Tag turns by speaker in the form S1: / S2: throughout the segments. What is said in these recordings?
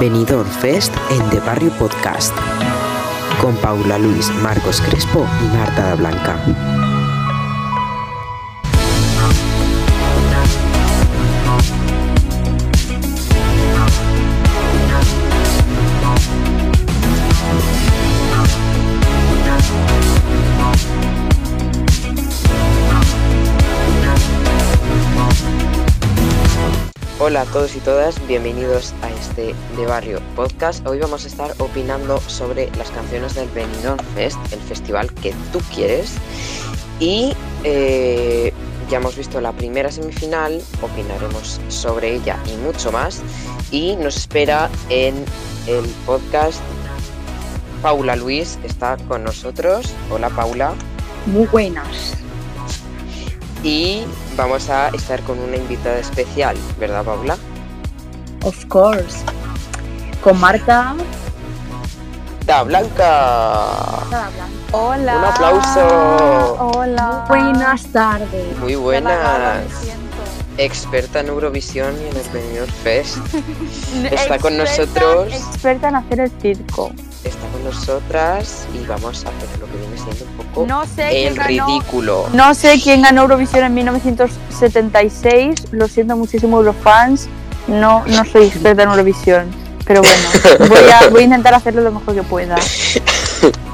S1: Benidorm Fest en The Barrio Podcast con Paula Luis, Marcos Crespo y Marta da Blanca. Hola a todos y todas, bienvenidos a este De Barrio Podcast. Hoy vamos a estar opinando sobre las canciones del Benidorm Fest, el festival que tú quieres. Y eh, ya hemos visto la primera semifinal, opinaremos sobre ella y mucho más. Y nos espera en el podcast Paula Luis, que está con nosotros. Hola Paula.
S2: Muy buenas.
S1: Y vamos a estar con una invitada especial, ¿verdad, Paula?
S2: Of course. Con Marta.
S1: Da Blanca.
S3: Hola.
S1: Un aplauso.
S3: Hola.
S2: Buenas tardes.
S1: Muy
S3: Qué halagada
S1: buenas.
S3: me siento.
S1: Experta en Eurovisión y en el Benidorm Fest. Está con
S3: Experta-
S1: nosotros.
S3: Experta en hacer el circo.
S1: Está con nosotras y vamos a hacer lo que viene siendo un poco
S3: No sé quién
S1: el
S3: ganó.
S1: Oh, ridículo.
S3: No sé quién ganó Eurovisión en 1976. Lo siento muchísimo, Eurofans. No, no soy experta en Eurovisión. Pero bueno, voy a, voy a intentar hacerlo lo mejor que pueda.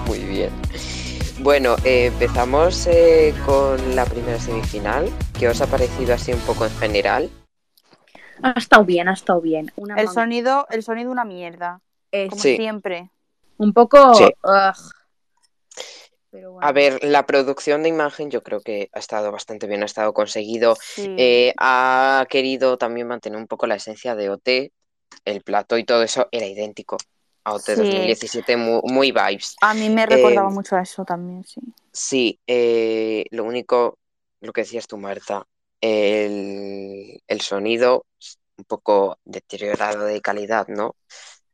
S1: Muy bien. Bueno, eh, empezamos eh, con la primera semifinal. ¿Qué os ha parecido así un poco en general?
S2: Ha estado bien, ha estado bien. Una
S3: El
S2: mam-
S3: sonido, el sonido una mierda.
S2: es
S3: Como
S1: Sí.
S3: siempre.
S2: un poco.
S1: Sí.
S2: ugh. Pero bueno.
S1: A ver, la producción de imagen yo creo que ha estado bastante bien, ha estado conseguido.
S3: Sí.
S1: Eh, ha querido también mantener un poco la esencia de OT. El plato y todo eso era idéntico a OT
S3: Sí.
S1: 2017, mu- muy, vibes.
S3: a mí me recordaba mucho a eso también, sí.
S1: Sí, eh, lo único, lo que decías tú, Marta, el, el sonido un poco deteriorado de calidad, ¿no?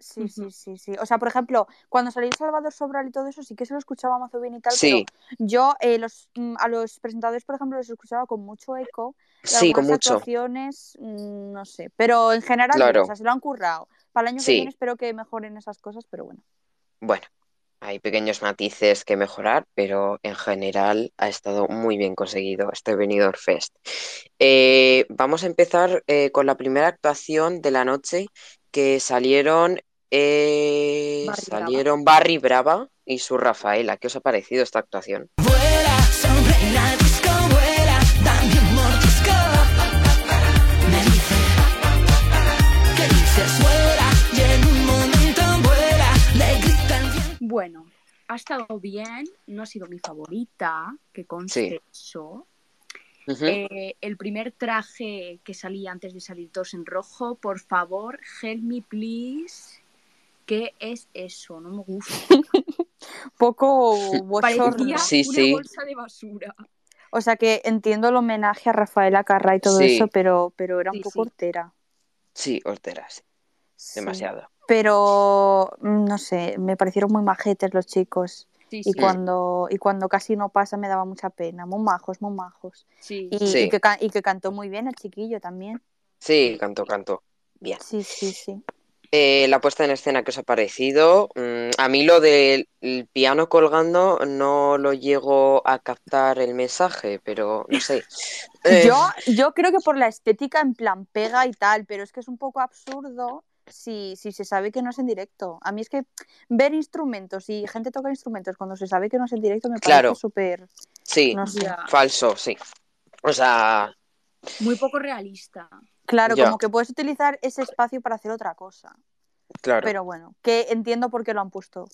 S3: Sí,
S2: Ujú.
S3: sí, sí, sí. O sea, por ejemplo, cuando salió Salvador Sobral y todo eso, sí que se lo escuchaba mazo bien y tal,
S1: Sí,
S3: pero yo eh, los, mm, a los presentadores, por ejemplo, los escuchaba con mucho eco. y
S1: sí, con
S3: algunas
S1: mucho.
S3: actuaciones, mm, no sé. Pero en general, bien,
S1: Claro.
S3: o sea, se lo han currado. Para el año
S1: Sí.
S3: que viene espero que mejoren esas cosas, pero bueno.
S1: Bueno, hay pequeños matices que mejorar, pero en general ha estado muy bien conseguido este Benidorm Fest. Eh, vamos a empezar eh, con la primera actuación de la noche que salieron, eh,
S2: Barry Brava.
S1: salieron Barry Brava y su Rafaela. ¿Qué os ha parecido esta actuación?
S4: Vuela, sonríe y la disco vuela, también mordisco. Me dice, ¿qué dices? Vuela, y en un momento vuela, le grita el viento.
S2: Bueno, ha estado bien. No ha sido mi favorita, que conste
S1: Sí. ¿Mm?
S2: eso.
S1: Ujú.
S2: Eh, el primer traje que salía antes de salir todos en rojo, por favor, help me please. ¿Qué es eso? No me gusta.
S3: Poco
S2: Parecía
S3: bochorno.
S1: Pues Sí,
S2: una
S1: sí.
S2: bolsa de basura.
S3: O sea, que entiendo el homenaje a Rafaela Carrá y todo
S1: Sí.
S3: eso, pero, pero era un
S2: Sí,
S3: poco
S2: sí.
S3: hortera.
S1: Sí, horteras,
S3: Sí.
S1: demasiado.
S3: Pero, mm, no sé, me parecieron muy majetes los chicos.
S2: Sí, sí,
S3: Y cuando, y cuando casi no pasa me daba mucha pena. Muy majos, muy majos.
S2: sí.
S3: Y,
S1: Sí.
S3: y que, ca- y que cantó muy bien el chiquillo también.
S1: Sí, canto, canto. Bien.
S3: Sí, sí, sí.
S1: Eh, la puesta en escena que os ha parecido. Mm, a mí lo del el piano colgando no lo llego a captar el mensaje, pero no sé. Eh,
S3: Yo, yo creo que por la estética en plan pega y tal, pero es que es un poco absurdo si, si se sabe que no es en directo. A mí es que ver instrumentos y gente toca instrumentos cuando se sabe que no es en directo me parece
S1: Claro.
S3: súper...
S1: Sí,
S3: No sé.
S2: Ya.
S1: falso, sí. O sea,
S2: Muy poco realista.
S3: Claro,
S1: Ya.
S3: como que puedes utilizar ese espacio para hacer otra cosa.
S1: claro.
S3: Pero bueno, que entiendo por qué lo han puesto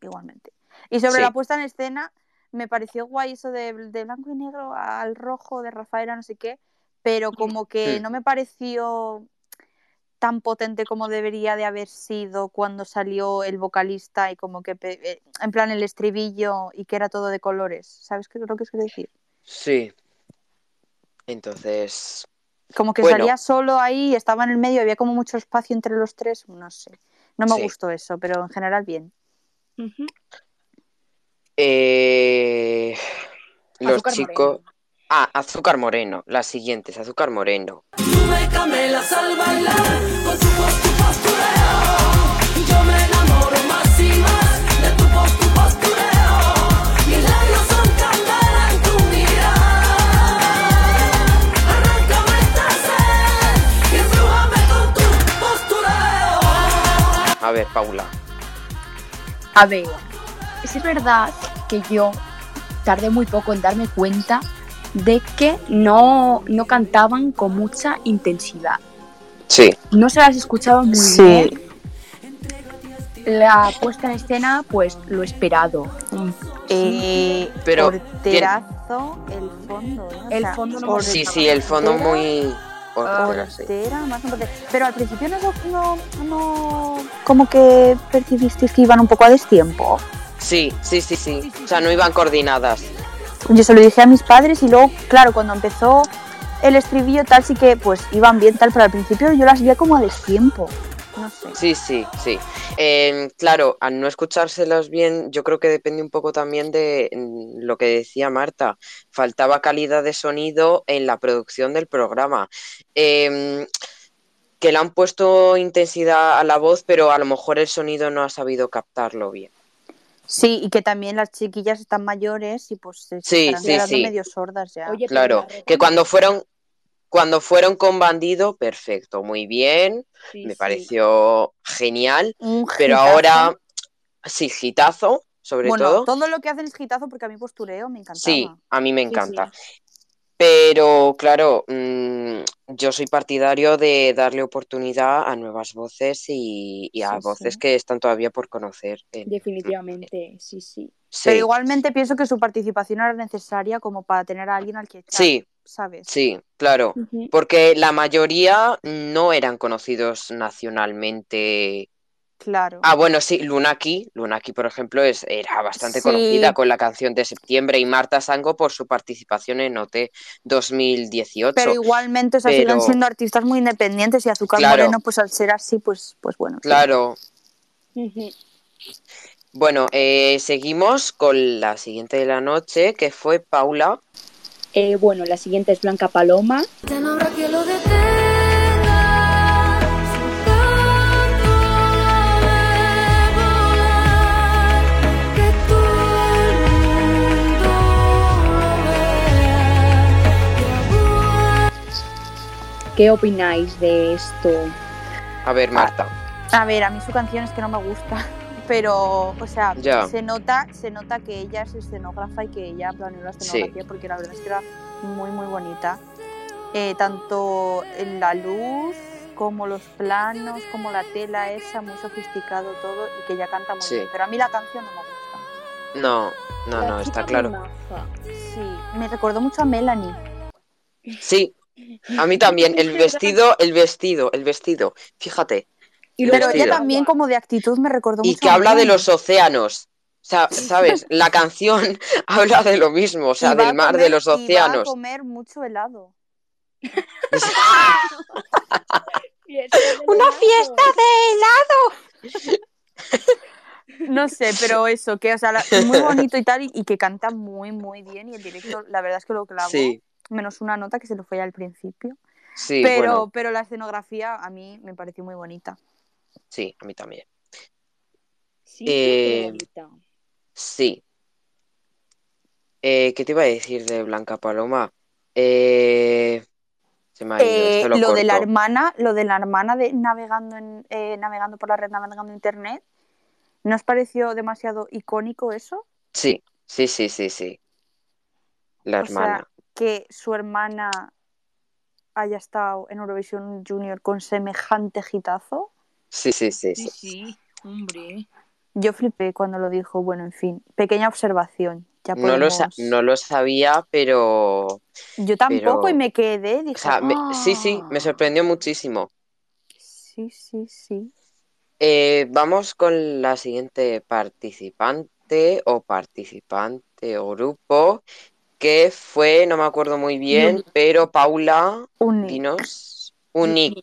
S3: igualmente. Y sobre
S1: Sí.
S3: la puesta en escena, me pareció guay eso de, de blanco y negro al rojo de Rafaela, no sé qué, pero como que
S1: Mm.
S3: no me pareció tan potente como debería de haber sido cuando salió el vocalista y como que pe- eh, en plan el estribillo y que era todo de colores, ¿sabes qué es lo que quiero decir?
S1: Sí. Entonces,
S3: Como que
S1: Bueno.
S3: salía solo ahí, estaba en el medio, había como mucho espacio entre los tres, no sé. No me
S1: Sí.
S3: gustó eso, pero en general bien.
S1: eh, los
S2: Azúcar
S1: chicos.
S2: moreno.
S1: Ah, Azúcar Moreno. La siguiente es Azúcar Moreno.
S4: Tú me camelas al bailar, con tu pos- tu postureo.
S1: A ver, Paula.
S2: A ver, es verdad que yo tardé muy poco en darme cuenta de que no, no cantaban con mucha intensidad.
S1: Sí,
S2: No se las escuchaba muy
S3: Sí.
S2: bien. La puesta en escena, pues lo esperado.
S3: Eh,
S1: Pero,
S3: Horterazo, el fondo. ¿eh? O
S2: El
S3: sea,
S2: fondo no me
S1: sí, sí, el fondo
S3: hortera,
S1: muy... Hortera, sí.
S3: Hortera, más un poco- Pero al principio no, no, no- Como que percibisteis que iban un poco a destiempo.
S1: Sí, sí, sí, sí. O sea, no iban coordinadas.
S3: Yo se lo dije a mis padres y luego, claro, cuando empezó el estribillo tal, sí que pues iban bien tal, pero al principio yo las veía como a destiempo. No sé.
S1: Sí, sí, sí. Eh, claro, al no escuchárselas bien, yo creo que depende un poco también de mm, lo que decía Marta. Faltaba calidad de sonido en la producción del programa. Eh, que le han puesto intensidad a la voz, pero a lo mejor el sonido no ha sabido captarlo bien.
S3: Sí, y que también las chiquillas están mayores y pues se
S1: Sí,
S3: estarán
S1: sí,
S3: quedando
S1: sí.
S3: medio sordas ya.
S2: Oye, pero
S1: Claro,
S2: la ropa
S1: que
S2: no-
S1: cuando fueron, cuando fueron con Bandido, perfecto, muy bien,
S2: Sí,
S1: me
S2: sí.
S1: pareció genial,
S3: Un
S1: pero
S3: hitazo.
S1: ahora sí, gitazo, sobre
S3: Bueno,
S1: todo.
S3: todo. lo que hacen es gitazo porque a mí postureo me encantaba.
S1: Sí, a mí me
S2: Sí,
S1: encanta. Pero claro, mm, yo soy partidario de darle oportunidad a nuevas voces y, y a
S3: Sí,
S1: voces
S3: sí.
S1: que están todavía por conocer. en-
S2: Definitivamente, sí, sí.
S1: Sí,
S3: Pero igualmente pienso que su participación era necesaria como para tener a alguien al que echar,
S1: sí,
S3: ¿sabes?
S1: sí, claro.
S3: Mm.
S1: Porque la mayoría no eran conocidos nacionalmente.
S3: Claro.
S1: Ah, bueno, sí, Lunaki. Lunaki, por ejemplo, es, era bastante
S3: Sí.
S1: conocida con la canción de septiembre y Marta Sango por su participación en OT 2018.
S3: pero igualmente, o sea,
S1: pero-
S3: siguen siendo artistas muy independientes y Azúcar
S1: Claro.
S3: Moreno, pues al ser así, pues, pues bueno. sí.
S1: Claro.
S2: Ujú.
S1: Bueno, eh, seguimos con la siguiente de la noche, que fue Paula.
S2: Eh, bueno, la siguiente es Blanca Paloma.
S4: Ya no habrá quien lo detenga su canto de volar, que todo el mundo vea.
S2: ¿Qué opináis de esto?
S1: A
S3: Ah.
S1: ver, Marta.
S3: A ver, a mí su canción es que no me gusta, pero, o sea,
S1: Ya.
S3: se nota se nota que ella es escenógrafa y que ella planeó la escenografía porque la verdad es que era muy, muy bonita. Eh, tanto en la luz como los planos, como la tela esa, muy sofisticado todo y que ella canta muy
S1: Sí.
S3: bien. Pero a mí la canción no me gusta.
S1: No, no,
S2: La
S1: no, está
S2: chica muy
S1: claro.
S2: maja.
S3: Sí, me recordó mucho a Melanie.
S1: Sí, a mí también. El vestido, el vestido, el vestido. Fíjate.
S2: Y
S3: Pero
S1: Vestido.
S3: ella también como de actitud me recordó
S1: Y
S3: mucho
S1: que
S3: a
S1: habla de
S3: Melanie.
S1: los océanos. O sea, ¿sabes? La canción habla de lo mismo, o sea,
S3: Y va
S1: del
S3: a
S1: mar, de
S3: comer-
S1: los
S3: Y va a
S1: océanos.
S3: comer mucho helado.
S2: ¡Una fiesta!
S3: No sé, pero eso, que, o sea, la- muy bonito y tal, y, y que canta muy, muy bien. Y el directo, la verdad es que lo clavó,
S1: Sí,
S3: menos una nota que se lo fue al principio.
S1: sí,
S3: pero,
S1: bueno,
S3: pero la escenografía a mí me pareció muy bonita.
S1: sí, a mí también.
S2: Sí,
S1: Eh,
S2: qué bonita.
S1: Sí. Eh, ¿qué te iba a decir de Blanca Paloma? Eh, se me ha ido,
S3: Eh,
S1: esto lo
S3: lo, de la
S1: corto.
S3: hermana, lo de la hermana de navegando, en, eh, navegando por la red, navegando en internet, ¿no os pareció demasiado icónico eso?
S1: Sí, sí, sí, sí, sí. La
S3: O sea,
S1: hermana.
S3: Que su hermana haya estado en Eurovisión Junior con semejante gitazo.
S1: Sí, sí, sí,
S2: Sí,
S1: sí.
S2: sí, hombre.
S3: Yo flipé cuando lo dijo, bueno, en fin, pequeña observación. Ya
S1: No lo,
S3: podemos...
S1: sa- no lo sabía, pero... O
S3: Yo tampoco
S1: pero-
S3: y me quedé, dije,
S1: sea, me- sí, sí,
S3: "Ah".
S1: me sorprendió muchísimo.
S3: Sí, sí, sí.
S1: Eh, vamos con la siguiente participante o participante o grupo, que fue, no me acuerdo muy bien,
S2: Unique.
S1: pero Paula,
S3: Un
S1: dinos, Unique.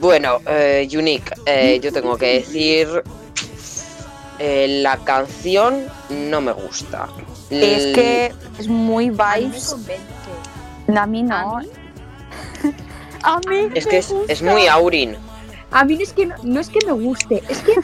S1: Bueno, eh, Unique, eh, yo tengo que decir, eh, la canción no me gusta.
S3: Es que es muy
S2: A mí me
S3: vibes.
S2: convence.
S3: A mí no.
S2: A mí-
S3: A mí
S1: Es que es,
S3: me
S1: es muy
S3: gusta.
S1: Aurin.
S2: A mí no es que, no, no es que me guste, es que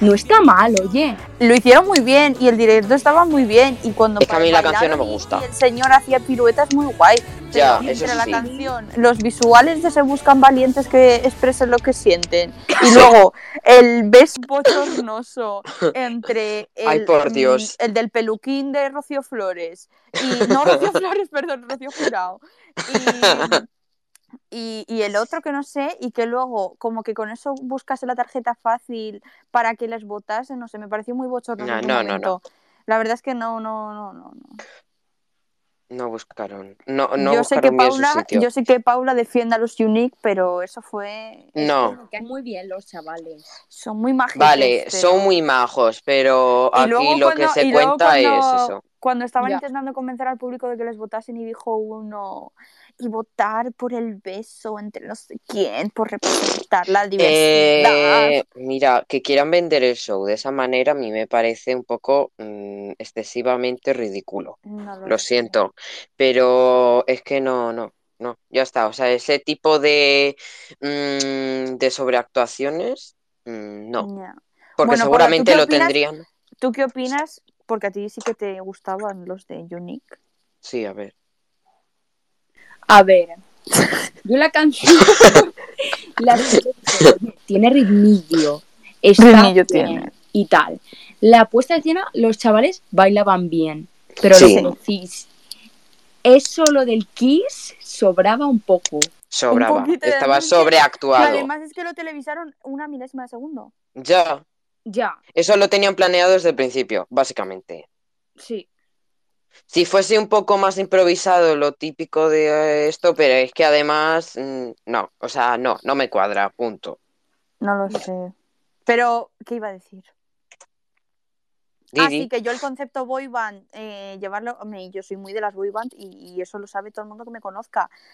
S2: no está mal, oye.
S3: Lo hicieron muy bien y el directo estaba muy bien. Y cuando
S1: Es que a mí la
S3: bailaron
S1: canción no me
S3: y-
S1: gusta.
S3: y el señor hacía piruetas muy guay.
S1: Ya,
S3: Pero
S1: eso
S3: entre
S1: sí,
S3: la
S1: sí.
S3: canción, los visuales de Se Buscan Valientes que expresen lo que sienten. Y luego el beso bochornoso entre el,
S1: Ay, por
S3: mm,
S1: Dios.
S3: el del peluquín de Rocío Flores. Y, no, Rocío Flores, perdón, Rocío Jurado. Y, y, y el otro que no sé, y que luego, como que con eso buscase la tarjeta fácil para que les votasen, no sé, me pareció muy bochornoso.
S1: No,
S3: en ese
S1: no, no,
S3: momento. La verdad es que no, no, no, no. no.
S1: No buscaron. No, no
S3: yo, sé que
S1: buscaron bien su
S3: Paula,
S1: sitio.
S3: yo sé que Paula defiende a los Unique, pero eso fue.
S1: No.
S2: Que muy bien los chavales.
S3: Son muy mágicos.
S1: Vale, son muy majos, pero
S3: este Y
S1: aquí
S3: luego
S1: lo que
S3: cuando-
S1: se
S3: y luego
S1: cuenta
S3: cuando-
S1: es eso.
S3: Cuando estaban
S2: Ya.
S3: intentando convencer al público de que les votasen y dijo uno. Y votar por el beso entre no sé quién, por representar la diversidad.
S1: Eh, mira, que quieran vender el show de esa manera a mí me parece un poco mm, excesivamente ridículo.
S3: No lo
S1: Lo
S3: sé.
S1: siento, pero es que no, no, no, ya está. O sea, ese tipo de, mm, de sobreactuaciones, mm, no,
S3: Ya.
S1: porque
S3: Bueno, Paula, ¿tú
S1: seguramente
S3: qué
S1: lo
S3: opinas?
S1: tendrían.
S3: ¿Tú qué opinas? Porque a ti sí que te gustaban los de Unique.
S1: Sí, a ver.
S2: A ver, yo la canción la escuché, tiene ritmillo, está
S3: Ritmillo
S2: bien
S3: tiene.
S2: y tal. La puesta llena, los chavales bailaban bien, pero
S1: Sí.
S2: lo decís, eso lo del kiss sobraba un poco.
S1: Sobraba,
S3: poquito de
S1: estaba
S3: anuncio.
S1: sobreactuado.
S3: además es que lo televisaron una milésima de segundo.
S1: Ya,
S2: Ya,
S1: eso lo tenían planeado desde el principio, básicamente.
S2: sí.
S1: Si fuese un poco más improvisado lo típico de eh, esto, pero es que además, mm, no, o sea, no, no me cuadra, punto.
S3: No lo sé. Pero, ¿qué iba a decir?
S1: Didi,
S3: Así que yo el concepto boy band, eh, llevarlo, hombre, yo soy muy de las boy band y, y eso lo sabe todo el mundo que me conozca.
S1: sí,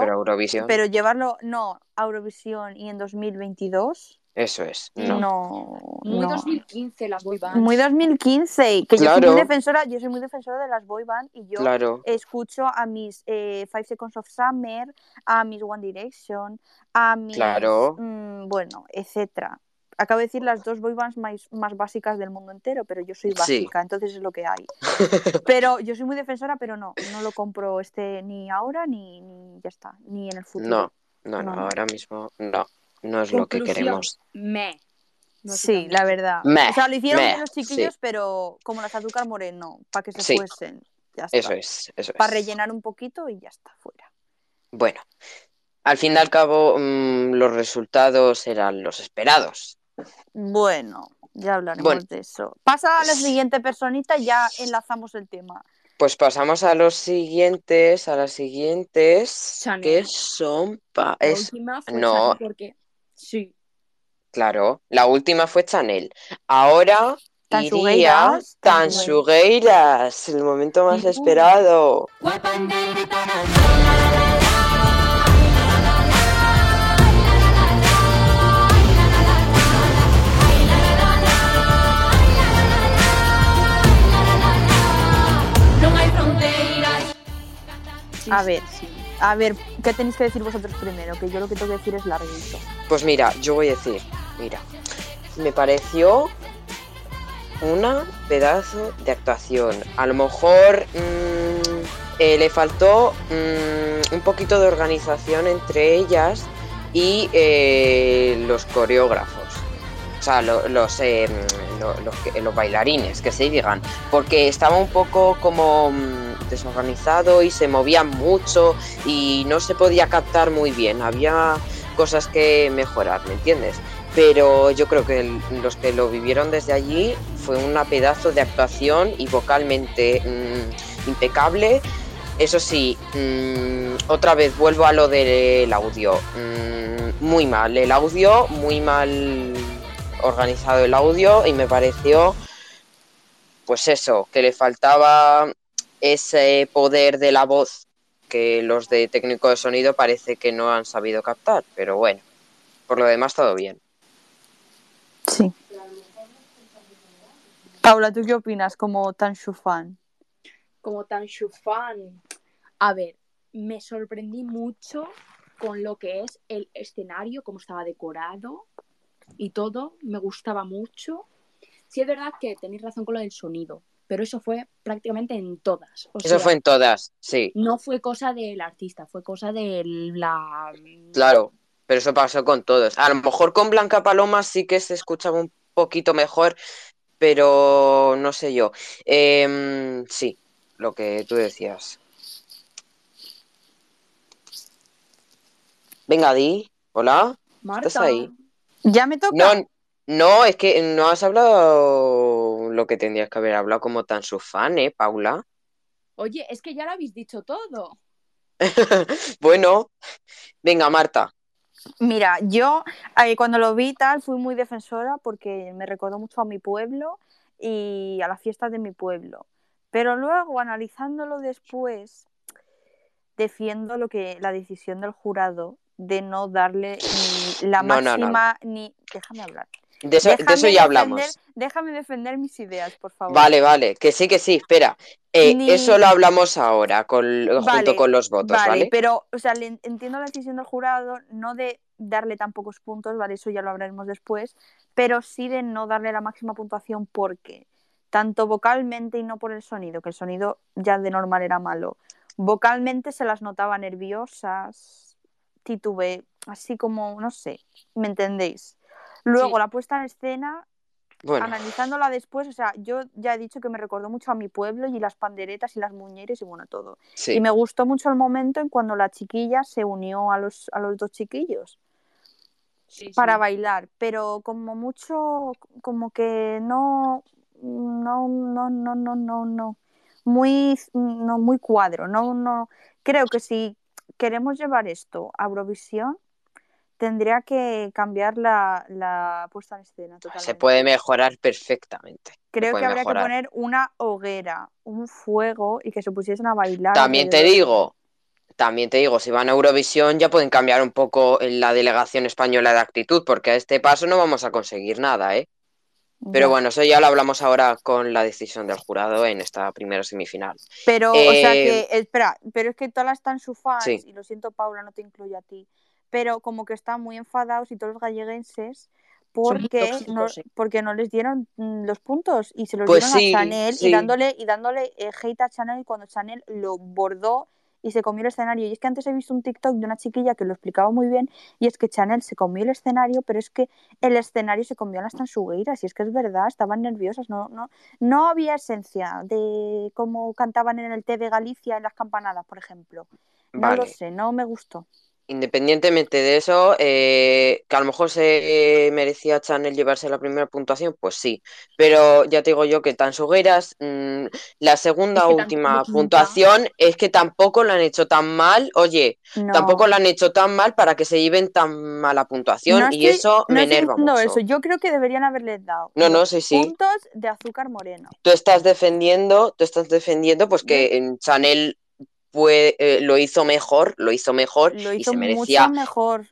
S1: pero
S3: pero,
S1: Eurovisión,
S3: llevarlo, no, a Eurovisión y en 2022,
S1: eso es, no.
S3: no.
S2: Muy
S3: no.
S2: 2015 las boy bands.
S3: Muy 2015, que yo soy
S1: Claro.
S3: muy defensora, yo soy muy defensora de las boy band y yo
S1: Claro,
S3: escucho a mis eh, Five Seconds of Summer, a mis One Direction, a mis.
S1: Claro.
S3: mm, bueno, etcétera. Acabo de decir las dos boybands más, más básicas del mundo entero, pero yo soy
S1: Sí.
S3: básica, entonces es lo que hay. Pero yo soy muy defensora, pero no, no lo compro este ni ahora ni, ni ya está, ni en el futuro.
S1: no, no, no,
S3: No.
S1: ahora mismo no, no es lo que
S2: Conclusión.
S1: queremos.
S2: Me.
S3: Sí, la verdad.
S1: Meh,
S3: o sea, lo hicieron
S1: meh,
S3: bien los chiquillos, pero como las azúcar moreno, para que se
S1: Sí.
S3: fuesen. Ya está.
S1: Eso es, eso
S3: Para
S1: es.
S3: rellenar un poquito y ya está, fuera.
S1: Bueno, al fin y al cabo, mm, los resultados eran los esperados.
S3: Bueno, ya hablaremos
S1: Bueno.
S3: de eso. Pasa a la siguiente personita y ya enlazamos el tema.
S1: Pues pasamos a los siguientes, a las siguientes,
S2: Chanel.
S1: que son... pa-
S2: La
S1: es-
S2: última fue
S1: no.
S2: Chanel porque sí.
S1: Claro, la última fue Chanel. Ahora iría
S3: Tansugueiras,
S1: Tansugueiras, el momento más
S2: Ujú.
S1: esperado.
S2: sí,
S3: A
S2: sí,
S3: ver.
S2: sí.
S3: A ver, ¿qué tenéis que decir vosotros primero? Que yo lo que tengo que decir es larguito.
S1: Pues mira, yo voy a decir, mira, me pareció una pedazo de actuación. A lo mejor mm, eh, le faltó mm, un poquito de organización entre ellas y eh, los coreógrafos. O sea, lo- los, eh, mm, lo- los, que- los bailarines, que se digan. Porque estaba un poco como mm, desorganizado y se movían mucho y no se podía captar muy bien. Había cosas que mejorar, ¿me entiendes? Pero yo creo que el- los que lo vivieron desde allí fue una pedazo de actuación y vocalmente mm, impecable. Eso sí, mm, otra vez vuelvo a lo del audio. Mm, muy mal el audio, muy mal organizado el audio y me pareció, pues eso, que le faltaba ese poder de la voz que los de técnico de sonido parece que no han sabido captar, pero bueno, por lo demás todo bien.
S3: Sí. Paula, ¿tú qué opinas como tan fan?
S2: como tan fan. A ver, me sorprendí mucho con lo que es el escenario, cómo estaba decorado y todo, me gustaba mucho. Sí es verdad que tenéis razón con lo del sonido, pero eso fue prácticamente en todas. O sea,
S1: Eso fue en todas, sí,
S2: No fue cosa del artista, fue cosa de la...
S1: claro. Pero eso pasó con todos. A lo mejor con Blanca Paloma sí que se escuchaba un poquito mejor, pero no sé yo. Em, sí, lo que tú decías. Venga, Di. Hola.
S2: Marta.
S1: ahí?
S3: Ya me toca.
S1: No, no, es que no has hablado lo que tendrías que haber hablado como tan su fan, ¿eh, Paula?
S2: Oye, es que ya lo habéis dicho todo.
S1: Bueno, venga, Marta.
S3: Mira, yo eh, cuando lo vi y tal fui muy defensora porque me recordó mucho a mi pueblo y a las fiestas de mi pueblo. Pero luego, analizándolo después, defiendo lo que la decisión del jurado de no darle ni la
S1: No, no, no.
S3: máxima ni déjame hablar.
S1: De eso, de
S3: Déjame
S1: eso ya
S3: defender-
S1: hablamos.
S3: Déjame defender mis ideas, por favor.
S1: Vale, vale, que sí, que sí, espera. Eh,
S3: Ni-
S1: Eso lo hablamos ahora, con,
S3: Vale,
S1: junto con los votos,
S3: Vale,
S1: ¿vale?
S3: pero, o sea, le- entiendo la decisión del jurado, no de darle tan pocos puntos, vale, eso ya lo hablaremos después, pero sí de no darle la máxima puntuación porque, tanto vocalmente y no por el sonido, que el sonido ya de normal era malo, vocalmente se las notaba nerviosas, titube, así como, no sé, ¿me entendéis? Luego,
S2: Sí.
S3: la puesta en escena,
S1: Bueno,
S3: analizándola después, o sea, yo ya he dicho que me recordó mucho a mi pueblo y las panderetas y las muñeres y bueno, todo.
S1: sí.
S3: Y me gustó mucho el momento en cuando la chiquilla se unió a los, a los dos chiquillos para bailar, pero como mucho, como que no, no, no, no, no, no, no, muy, no, muy cuadro, no, no. Creo que si queremos llevar esto a Eurovisión, tendría que cambiar la, la puesta en escena totalmente.
S1: Pues Se puede mejorar perfectamente.
S3: Creo
S1: puede
S3: que habría
S1: mejorar.
S3: que poner una hoguera, un fuego y que se pusiesen a bailar.
S1: También te
S3: alrededor.
S1: digo, también te digo, si van a Eurovisión ya pueden cambiar un poco en la delegación española de actitud, porque a este paso no vamos a conseguir nada, ¿eh? Pero
S3: Ya.
S1: bueno, eso ya lo hablamos ahora con la decisión del jurado en esta primera semifinal.
S3: Pero, o sea
S1: Eh,
S3: que, espera, pero es que todas las están sus fans,
S1: Sí.
S3: y lo siento, Paula, no te incluyo a ti, pero como que están muy enfadados y todos los galleguenses porque
S2: tóxicos,
S3: no,
S2: sí.
S3: porque no les dieron mm, los puntos y se los
S1: Pues
S3: dieron
S1: sí,
S3: a Chanel
S1: sí.
S3: y dándole, y dándole eh, hate a Chanel y cuando Chanel lo bordó y se comió el escenario. Y es que antes he visto un TikTok de una chiquilla que lo explicaba muy bien y es que Chanel se comió el escenario, pero es que el escenario se comió las tansugueiras y es que es verdad, estaban nerviosas, no, no, no había esencia de cómo cantaban en el té de Galicia en las campanadas, por ejemplo. No
S1: Vale.
S3: lo sé, no me gustó.
S1: Independientemente de eso, eh, que a lo mejor se eh, merecía Chanel llevarse la primera puntuación, pues sí. Pero ya te digo yo que tan hogueras, mm, la segunda
S2: Es que
S1: última
S2: tampoco-
S1: puntuación es que tampoco lo han hecho tan mal. Oye,
S3: No.
S1: tampoco lo han hecho tan mal para que se lleven tan mala puntuación
S3: No
S1: y
S3: estoy-
S1: eso
S3: no
S1: me
S3: estoy
S1: enerva
S3: diciendo
S1: mucho.
S3: eso. Yo creo que deberían haberles dado
S1: No, no,
S3: los
S1: sí, sí.
S3: puntos de azúcar moreno.
S1: Tú estás defendiendo, tú estás defendiendo pues que en Chanel fue, eh, lo hizo mejor, lo hizo mejor
S3: Lo
S1: y
S3: hizo
S1: se
S3: mucho
S1: merecía
S3: mejor.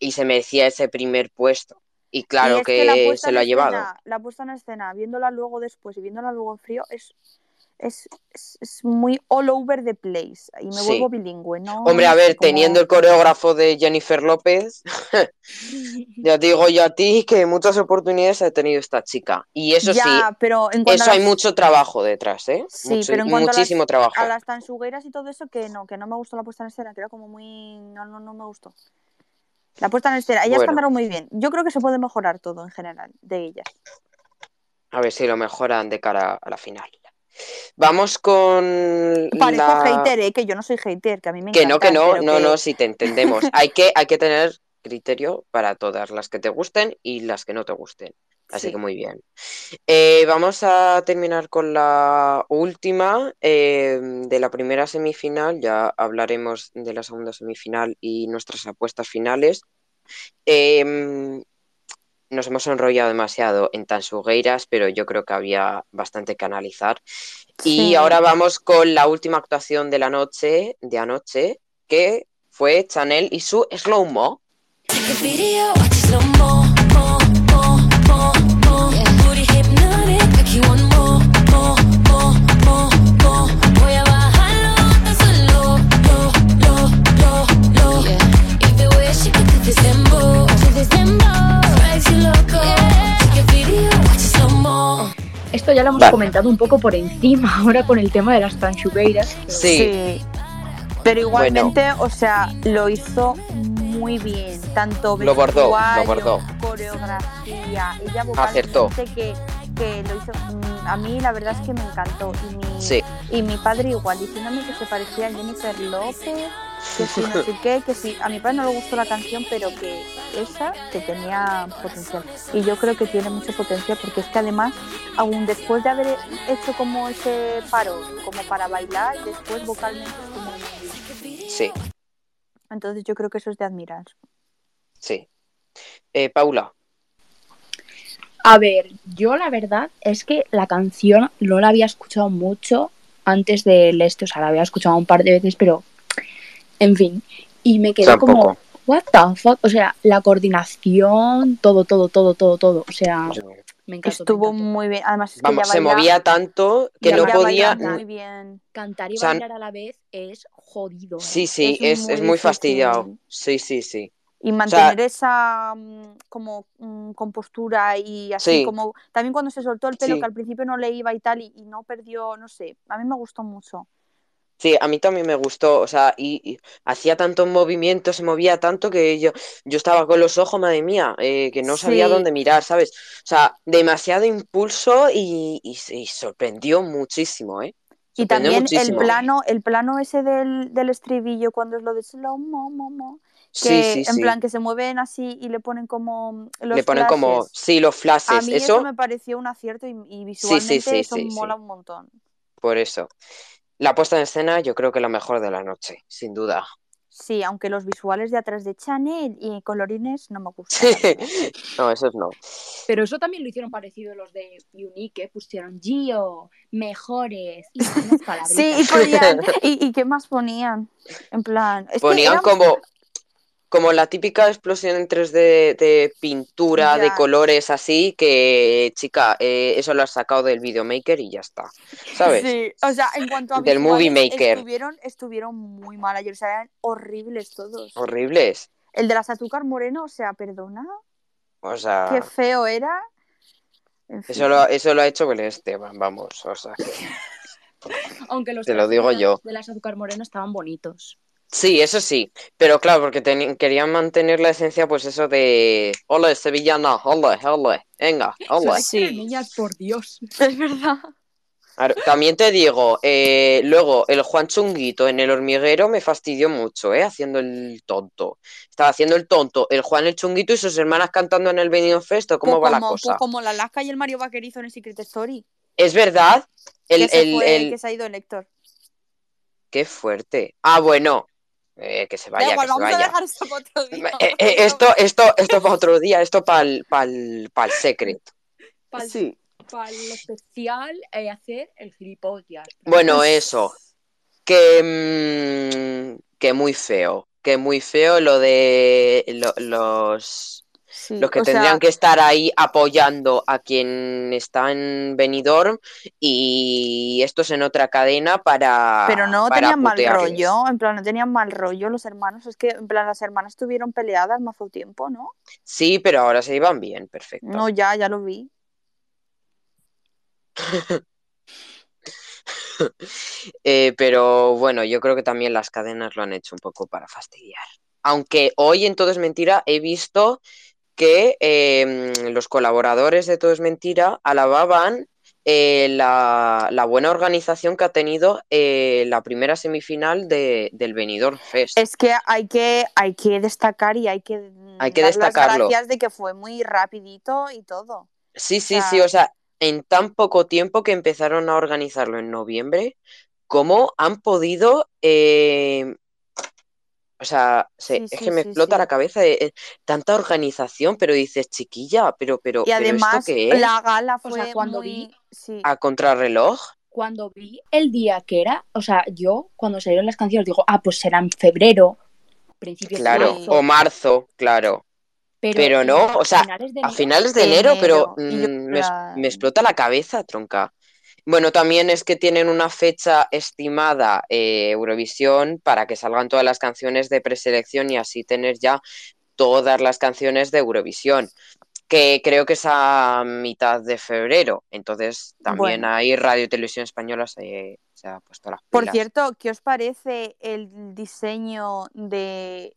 S1: y se merecía ese primer puesto. Y
S3: Y
S1: claro
S3: es
S1: que,
S3: la puesta
S1: se lo
S3: en
S1: ha llevado.
S3: escena- la puesta en escena, viéndola luego después y viéndola luego en frío, es, es, es, es muy all over the place. Y me
S1: Sí.
S3: vuelvo bilingüe, ¿no?
S1: Hombre, a
S3: No sé
S1: ver,
S3: cómo-
S1: teniendo el coreógrafo de Jennifer López, ya te digo yo a ti que muchas oportunidades ha tenido esta chica. Y eso
S3: ya,
S1: sí,
S3: pero en cuanto
S1: eso
S3: a
S1: hay
S3: las-
S1: mucho trabajo detrás, ¿eh?
S3: Sí,
S1: Mucho-
S3: pero en cuanto a las-
S1: muchísimo trabajo.
S3: a las tansugueras y todo eso que no, que no me gustó la puesta en escena, que era como muy no no no me gustó. La puesta en escena, ellas
S1: Bueno.
S3: cantaron muy bien. Yo creo que se puede mejorar todo en general de ellas.
S1: A ver si lo mejoran de cara a la final. Vamos con
S3: Parezco
S1: la-
S3: hater, eh, que yo no soy hater, que a mí me
S1: Que no, que no,
S3: encantan,
S1: no,
S3: pero
S1: no, si te entendemos. Hay que, hay que tener criterio para todas las que te gusten y las que no te gusten. Así
S3: Sí.
S1: que muy bien. Eh, vamos a terminar con la última eh, de la primera semifinal. Ya hablaremos de la segunda semifinal y nuestras apuestas finales. Eh, nos hemos enrollado demasiado en Tansugueiras, pero yo creo que había bastante que analizar. Y
S3: Sí.
S1: ahora vamos con la última actuación de la noche, de anoche, que fue Chanel y su Slow Mo.
S4: Take a video, watch it slow mo, mo, mo, mo, mo. Booty hypnotic, aquí one more, mo, mo, mo, mo. Voy a bajarlo hasta su lo, lo, lo, lo, lo. If
S2: ya lo hemos
S1: Vale.
S2: comentado un poco por encima ahora con el tema de las tanchugueiras.
S1: Sí,
S3: Pero igualmente, o sea, lo hizo muy bien. Tanto
S1: Lo bordó, lo
S3: vestuario,
S1: bordó.
S3: coreografía, ella
S1: Acertó.
S3: vocalmente que, que lo hizo. mm, A mí la verdad es que me encantó. Y mi,
S1: sí.
S3: y mi padre igual, diciéndome que se parecía a Jennifer López, que si no sé qué, que si a mi padre no le gustó la canción, pero que esa que tenía potencial. Y yo creo que tiene mucho potencial porque es que además, aún después de haber hecho como ese paro, como para bailar, después vocalmente es como muy bien.
S1: Sí,
S3: Entonces yo creo que eso es de admirar.
S1: sí. Eh, Paula,
S2: A ver, yo la verdad es que la canción no la había escuchado mucho antes del este, o sea, la había escuchado un par de veces, pero en fin. Y me quedé como,
S1: tampoco.
S2: what the fuck? O sea, la coordinación, todo, todo, todo, todo, todo. O sea, me encantó. me
S3: Estuvo
S2: encantó.
S3: muy bien. Además, es que
S1: Vamos,
S3: ella
S1: se
S3: baila-
S1: movía tanto que
S2: Ya
S1: no
S3: ella
S1: podía.
S3: baila muy bien.
S2: Cantar y
S1: o sea,
S2: bailar a la vez es jodido. ¿eh?
S1: Sí, sí,
S3: Es
S1: es, es
S3: muy
S1: muy,
S3: difícil.
S1: fastidiado. Sí, sí, sí.
S3: Y mantener esa mm, como mm, compostura y así
S1: Sí.
S3: como también cuando se soltó el pelo
S1: Sí.
S3: que al principio no le iba y tal y, y no perdió, no sé, a mí me gustó mucho.
S1: Sí, a mí también me gustó, o sea, y, y hacía tantos movimientos, se movía tanto que yo, yo estaba con los ojos, madre mía, eh, que no sabía
S3: Sí.
S1: dónde mirar, ¿sabes? O sea, demasiado impulso y, y- y sorprendió muchísimo, ¿eh?
S3: Y
S1: Sorprendió
S3: también el
S1: muchísimo.
S3: plano, el plano ese del, del estribillo cuando es lo de slow mo mo mo,
S1: Sí,
S3: que
S1: sí,
S3: en
S1: sí.
S3: plan que se mueven así y le ponen como mm, los
S1: Le ponen como,
S3: flashes.
S1: sí, los
S3: A
S1: flashes,
S3: mí
S1: eso,
S3: eso... me pareció un acierto y, y
S1: sí,
S3: visualmente
S1: sí,
S3: eso
S1: sí, sí.
S3: mola un montón.
S1: por eso. La puesta en escena, yo creo que lo mejor de la noche, sin duda.
S3: Sí, aunque los visuales de atrás de Chanel y colorines no me gustan.
S1: No, esos no.
S2: Pero eso también lo hicieron parecido los de Unique, ¿eh? pusieron Gio, mejores, y unas palabritas.
S3: Sí, y ponían. ¿Y, y qué más ponían? En plan. Es
S1: Ponían
S3: que era-
S1: como, como la típica explosión en 3D de pintura, de
S3: Ya.
S1: colores así, que chica, eh, eso lo has sacado del videomaker y ya está. ¿Sabes?
S3: Sí, o sea, en cuanto a
S1: Del
S3: visuales,
S1: movie maker.
S3: Estuvieron, estuvieron muy mal ayer, o sea, eran horribles todos.
S1: Horribles.
S3: El de las azúcar moreno, o sea, perdona,
S1: O sea,
S3: qué feo era. En
S1: Ah.
S3: fin.
S1: eso lo, eso lo ha hecho Belén Esteban, vamos. O sea, que-
S2: Aunque los
S1: Te lo digo
S2: trajes de
S1: yo.
S2: las- de las azúcar moreno estaban bonitos.
S1: Sí, eso sí. Pero claro, porque teni- querían mantener la esencia, pues eso de. Ole, sevillana, ole, ole, venga, ole.
S3: Sí.
S2: niñas, por Dios.
S3: Es verdad.
S1: Ahora, También te digo, eh, luego el Juan Chunguito en el hormiguero me fastidió mucho, ¿eh? Haciendo el tonto. Estaba haciendo el tonto, el Juan el Chunguito y sus hermanas cantando en el Benidorm Fest, ¿o ¿cómo
S3: Pues
S1: va la
S3: como, pues
S1: cosa?
S3: como la Alaska y el Mario Vaquerizo en el Secret Story.
S1: Es verdad, el,
S3: que, se
S1: el-
S3: fue-
S1: el-
S3: que se ha ido el Héctor.
S1: Qué fuerte. Ah, bueno, Eh, que se
S3: Da
S1: vaya,
S3: igual,
S1: que se
S3: pues vamos a
S1: vaya.
S3: dejar esto para otro día.
S1: Eh, eh, esto, esto, esto para otro día, esto para el, para el secret.
S2: Para el,
S1: Sí.
S2: especial, eh, hacer el gilipollas.
S1: Bueno, eso. Que, mm, que muy feo. Que muy feo lo de lo- los,
S3: Sí,
S1: los que
S3: o sea,
S1: tendrían que estar ahí apoyando a quien está en Benidorm y estos en otra cadena para.
S3: Pero no
S1: para
S3: tenían mal
S1: putearles.
S3: rollo, en plan, no tenían mal rollo los hermanos. Es que, en plan, las hermanas estuvieron peleadas mazo tiempo, ¿no?
S1: Sí, pero ahora se iban bien, perfecto.
S3: No, ya, ya lo vi.
S1: Eh, pero bueno, yo creo que también las cadenas lo han hecho un poco para fastidiar. Aunque hoy en Todo es Mentira he visto que eh, los colaboradores de Todo es Mentira alababan eh, la, la buena organización que ha tenido eh, la primera semifinal de- del Benidorm Fest.
S3: Es que hay que, hay que destacar y hay que, mm,
S1: Hay que
S3: dar
S1: destacarlo.
S3: las gracias de que fue muy rapidito y todo.
S1: Sí, sí,
S3: sea-
S1: sí, o sea, en tan poco tiempo que empezaron a organizarlo en noviembre, ¿cómo han podido... eh, o sea, se-
S3: Sí,
S1: es
S3: sí,
S1: que me
S3: sí,
S1: explota
S3: sí.
S1: la cabeza de, eh, tanta organización, pero dices, chiquilla, pero, pero,
S3: Y
S1: pero ¿esto
S3: además,
S1: qué es? Ah,
S3: la gala
S2: O
S3: fue
S2: sea, cuando
S3: muy...
S2: vi-
S3: Sí.
S1: ¿A contrarreloj?
S2: Cuando vi el día que era, o sea, yo cuando salieron las canciones digo, ah, pues será en febrero, principios
S1: Claro,
S2: de marzo.
S1: o marzo, claro. pero
S2: en-
S1: no, o sea,
S2: finales
S1: A
S2: de enero,
S1: finales de enero,
S3: Enero.
S1: pero
S3: Y yo,
S1: mm, me,
S3: plan,
S1: me explota la cabeza, tronca. Bueno, también es que tienen una fecha estimada eh, Eurovisión para que salgan todas las canciones de preselección y así tener ya todas las canciones de Eurovisión. que creo que es a mitad de febrero. Entonces, también
S3: Bueno.
S1: ahí Radio y Televisión Española se, se ha puesto las
S3: Por
S1: pilas.
S3: cierto, ¿qué os parece el diseño de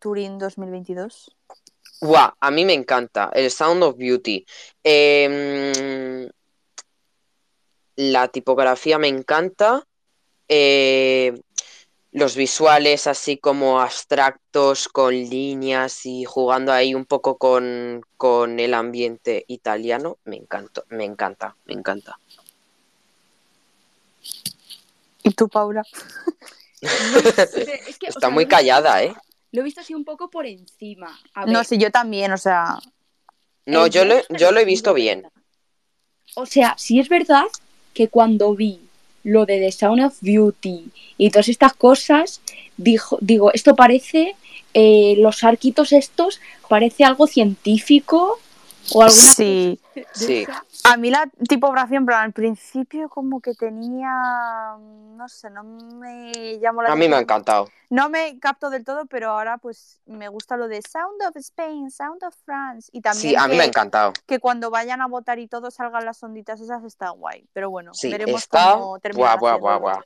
S3: Turín 2022?
S1: Guau, a mí me encanta. El Sound of Beauty. Eh, la tipografía me encanta. Eh, los visuales así como abstractos, con líneas y jugando ahí un poco con, con el ambiente italiano. Me encanta, me encanta, me encanta.
S3: ¿Y tú, Paula?
S2: Es que, o
S1: Está
S2: sea,
S1: muy
S2: lo he visto-
S1: callada, ¿eh?
S2: Lo he visto así un poco por encima. A
S3: No,
S2: ver,
S3: sí, yo también, o sea,
S1: No,
S2: el
S1: yo lo,
S2: Jones, pero
S1: yo lo he
S2: sí
S1: visto
S2: es
S1: bien.
S2: verdad. O sea, sí es verdad que cuando vi lo de The Sound of Beauty y todas estas cosas, dijo, digo, esto parece, eh, los arquitos estos, parece algo científico o algo
S3: sí.
S1: Sí.
S3: A mí la tipografía, en plan, al principio como que tenía, no sé, no me llamó la
S1: A mí me ha
S3: atención.
S1: encantado.
S3: No me capto del todo, pero ahora pues me gusta lo de Sound of Spain, Sound of France. Y también
S1: Sí, a mí
S3: que,
S1: me ha encantado.
S3: que cuando vayan a votar y todo salgan las onditas esas está guay. Pero bueno,
S1: Sí,
S3: veremos
S1: está.
S3: cómo
S1: Guau,
S3: termina. la
S1: guau,
S3: serie.
S1: guau, guau.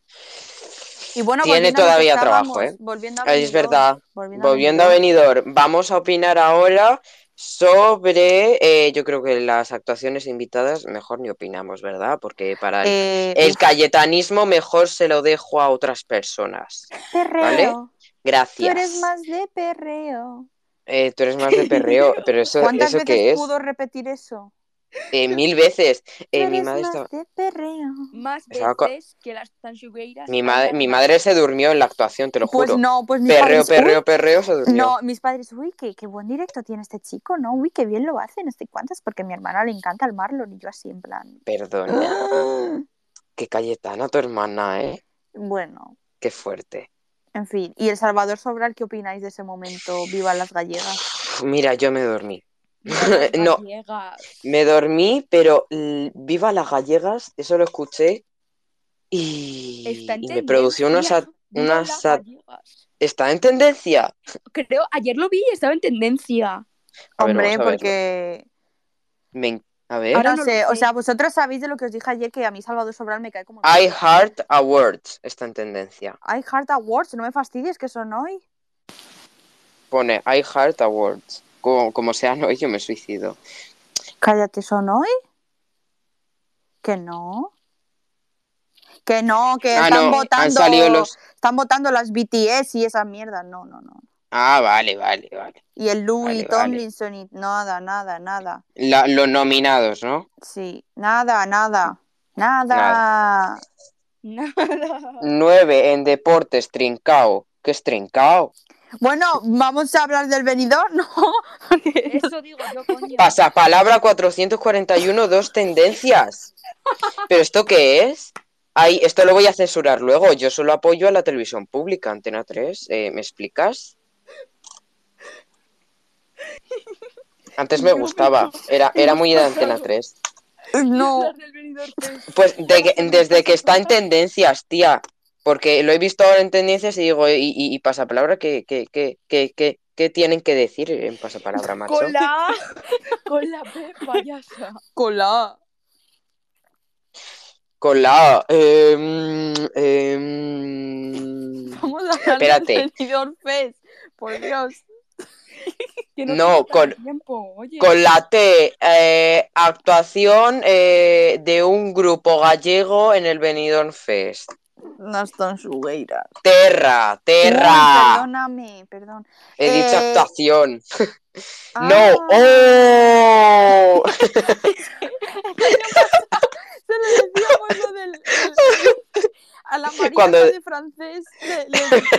S3: Y bueno,
S1: Tiene
S3: volviendo a lo que
S1: todavía
S3: estábamos,
S1: trabajo, ¿eh?
S3: Volviendo a
S1: Es
S3: Benidorm,
S1: verdad.
S3: Volviendo,
S1: Volviendo a Benidorm, vamos a opinar ahora sobre, eh, yo creo que las actuaciones invitadas, mejor ni opinamos, ¿verdad? Porque para el,
S3: Eh,
S1: el cayetanismo mejor se lo dejo a otras personas.
S3: perreo.
S1: ¿vale?
S3: Tú
S1: Gracias.
S3: eres más de perreo.
S1: Eh, tú eres más de perreo, pero eso,
S3: ¿Cuántas
S1: ¿eso
S3: veces
S1: qué es?
S3: pudo repetir eso?
S1: Eh, mil veces. Eh,
S3: Tú
S1: mi
S3: eres
S1: madre
S3: más
S1: estaba-
S3: de perreo.
S2: Más
S1: Estaba co-
S2: veces que las tanchugueiras.
S1: Mi, madre, mi madre se durmió en la actuación, te lo
S3: Pues
S1: juro.
S3: no, pues mis
S1: Perreo,
S3: padres,
S1: perreo,
S3: uy,
S1: perreo, se durmió.
S3: No, mis padres, uy, qué, qué buen directo tiene este chico, ¿no? Uy, qué bien lo hace, no sé cuántas, porque a mi hermana le encanta el Marlon y yo así en plan.
S1: Perdona. Qué Cayetana tu hermana, ¿eh?
S3: Bueno,
S1: Qué fuerte.
S3: en fin. ¿Y El Salvador Sobral qué opináis de ese momento? Viva las gallegas.
S1: Pf, Mira, yo me dormí. No.
S2: No.
S1: Me dormí, pero l- viva las gallegas, eso lo escuché y, y me produció unos... at- unas at- ¿Está en tendencia?
S2: Creo, ayer lo vi y estaba en tendencia.
S1: A ver, vamos
S3: Hombre,
S1: a ¿Eh?
S3: porque.
S1: Me en- A ver.
S2: Ahora
S3: no
S2: no lo
S3: sé, o
S2: sé.
S3: sea, vosotros sabéis de lo que os dije ayer que a mí Salvador Sobral me cae como. el
S1: I
S3: culo.
S1: Heart Awards está en tendencia.
S3: I Heart Awards, no me fastidies que son hoy.
S1: Pone I Heart Awards. Como, como sea, no, yo me suicido.
S3: Cállate, ¿son hoy? Que no. Que no, que
S1: Ah,
S3: están
S1: no,
S3: votando.
S1: han salido los...
S3: Están votando las BTS y esas mierdas. No, no, no.
S1: Ah, vale, vale, vale.
S3: Y el
S1: Vale,
S3: Louis
S1: vale.
S3: Tomlinson y nada, nada, nada.
S1: La- los nominados, ¿no?
S3: Sí, nada, nada. Nada.
S2: Nada.
S1: Nueve en deportes, Trincao. ¿Qué es Trincao?
S3: Bueno, vamos a hablar del venidor, ¿no? Porque-
S2: Eso digo yo, coño.
S1: Pasapalabra 441, dos tendencias. ¿Pero esto qué es? Ay, esto lo voy a censurar luego. Yo solo apoyo a la televisión pública, Antena 3. Eh, ¿Me explicas? Antes me gustaba. Era, era muy de Antena 3.
S3: No.
S1: Pues de que- desde que está en tendencias, tía. Porque lo he visto ahora en tendencias y digo, ¿y, y, y pasapalabra qué, qué, qué, qué, qué- qué tienen que decir en pasapalabra, macho?
S2: Con la Con la P, payasa.
S3: Cola.
S1: Con la... eh, mm, eh, mm.
S3: Vamos a hablar
S1: Espérate.
S3: del venidor Fest. Por Dios.
S2: Que
S1: No,
S2: te quita
S1: con-
S2: tiempo, oye.
S1: Con la T, eh, actuación eh, de un grupo gallego en el Benidorm Fest.
S3: No están sugueiras.
S1: Terra, Terra.
S3: Perdóname, perdón.
S1: He dicho
S3: eh,
S1: actuación.
S3: Ah,
S1: No, oh.
S3: Se lo decíamos lo del. el- a la María
S1: Cuando-
S3: de francés le, le-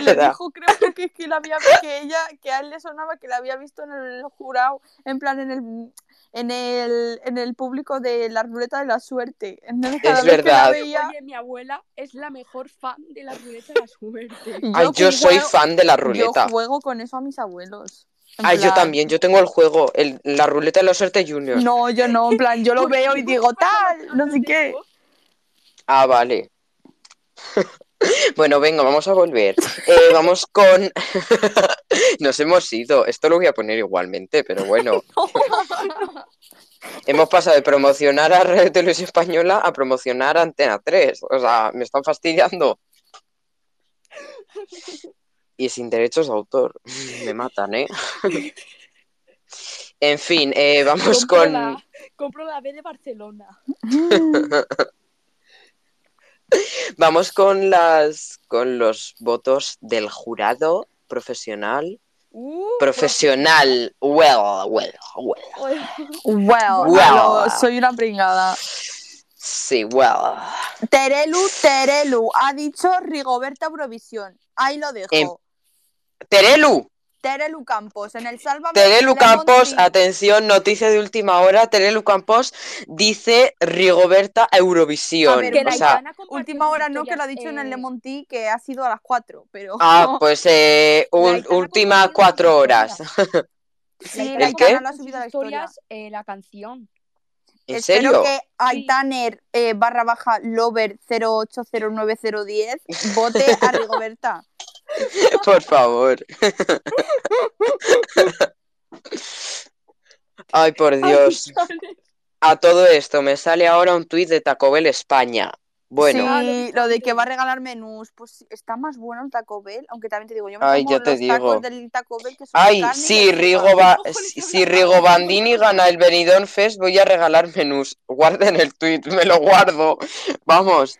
S3: le
S1: ¿Verdad?
S3: dijo, creo que, que, la había, que ella, que a él le sonaba que la había visto en el jurado, en plan en el en el, en el público de la ruleta de la suerte. Entonces, cada
S1: Es
S3: vez
S1: verdad.
S3: Que la veía,
S2: Oye, mi abuela es la mejor fan de la ruleta de la suerte.
S1: Ay, yo,
S3: que
S1: soy
S3: juego-
S1: fan de la
S3: Yo
S1: ruleta.
S3: juego con eso a mis abuelos. En
S1: Ay, yo
S3: plan,
S1: también, yo tengo el juego, el- la ruleta de la suerte junior.
S3: No, yo no, en plan, yo lo veo y digo tal, no sé qué.
S1: Ah, vale. bueno, venga, vamos a volver. Eh, vamos con... Nos hemos ido. Esto lo voy a poner igualmente, pero bueno. Hemos pasado de promocionar a Radio Televisión Española a promocionar a Antena 3. O sea, me están fastidiando. Y sin derechos de autor. Me matan, ¿eh? En fin, eh, vamos
S2: Compro
S1: con...
S2: la- compro la B de Barcelona.
S1: Vamos con las con los votos del jurado profesional.
S2: Uh,
S1: Profesional. Well, well, well.
S2: bueno.
S3: Wow,
S1: Wow.
S3: aló, soy una pringada.
S1: Sí, well.
S3: Terelu, Terelu, ha dicho Rigoberta Eurovisión. Ahí lo dejo.
S1: Em- Terelu,
S3: Terelu Campos, en el Sálvame.
S1: Terelu
S3: Lemon
S1: Campos,
S3: Tree.
S1: atención, noticia de última hora. Terelu Campos dice Rigoberta Eurovisión.
S3: A ver,
S2: Que
S1: o
S2: la
S1: sea,
S2: Itana compartió
S3: Última
S2: sus
S3: hora no, que lo ha
S2: historias,
S3: dicho en el
S2: eh,
S3: Lemon Tea, que ha sido a las 4, pero...
S1: ah, pues eh, un-
S2: La Itana
S1: últimas
S2: compartió
S1: cuatro
S2: sus
S1: horas.
S2: historias.
S3: sí,
S1: ¿El
S3: la
S1: qué?
S3: Itana lo ha subido a la historia.
S2: historias, eh, la canción.
S1: ¿En
S3: Espero
S1: serio?
S3: que Aitaner eh, barra baja lover 0809010 vote a Rigoberta.
S1: Por favor. Ay, por Dios. A todo esto me sale ahora un tuit de Taco Bell España. Bueno,
S2: Ah, lo que
S3: sí, lo de
S2: está
S3: que va a
S2: bien.
S3: regalar menús, pues está más bueno el Taco Bell, aunque también te digo, yo me
S1: Ay,
S3: como
S1: ya te
S3: los tacos
S1: digo.
S3: del Taco Bell que son
S1: ay,
S3: carne y
S1: si
S3: lechuga.
S1: Rigo, Ba-
S2: Ojo,
S1: si-
S2: le
S1: si
S2: habla.
S1: Rigo Bandini gana el Benidorm Fest, voy a regalar menús. Guarden el tuit, me lo guardo. Vamos,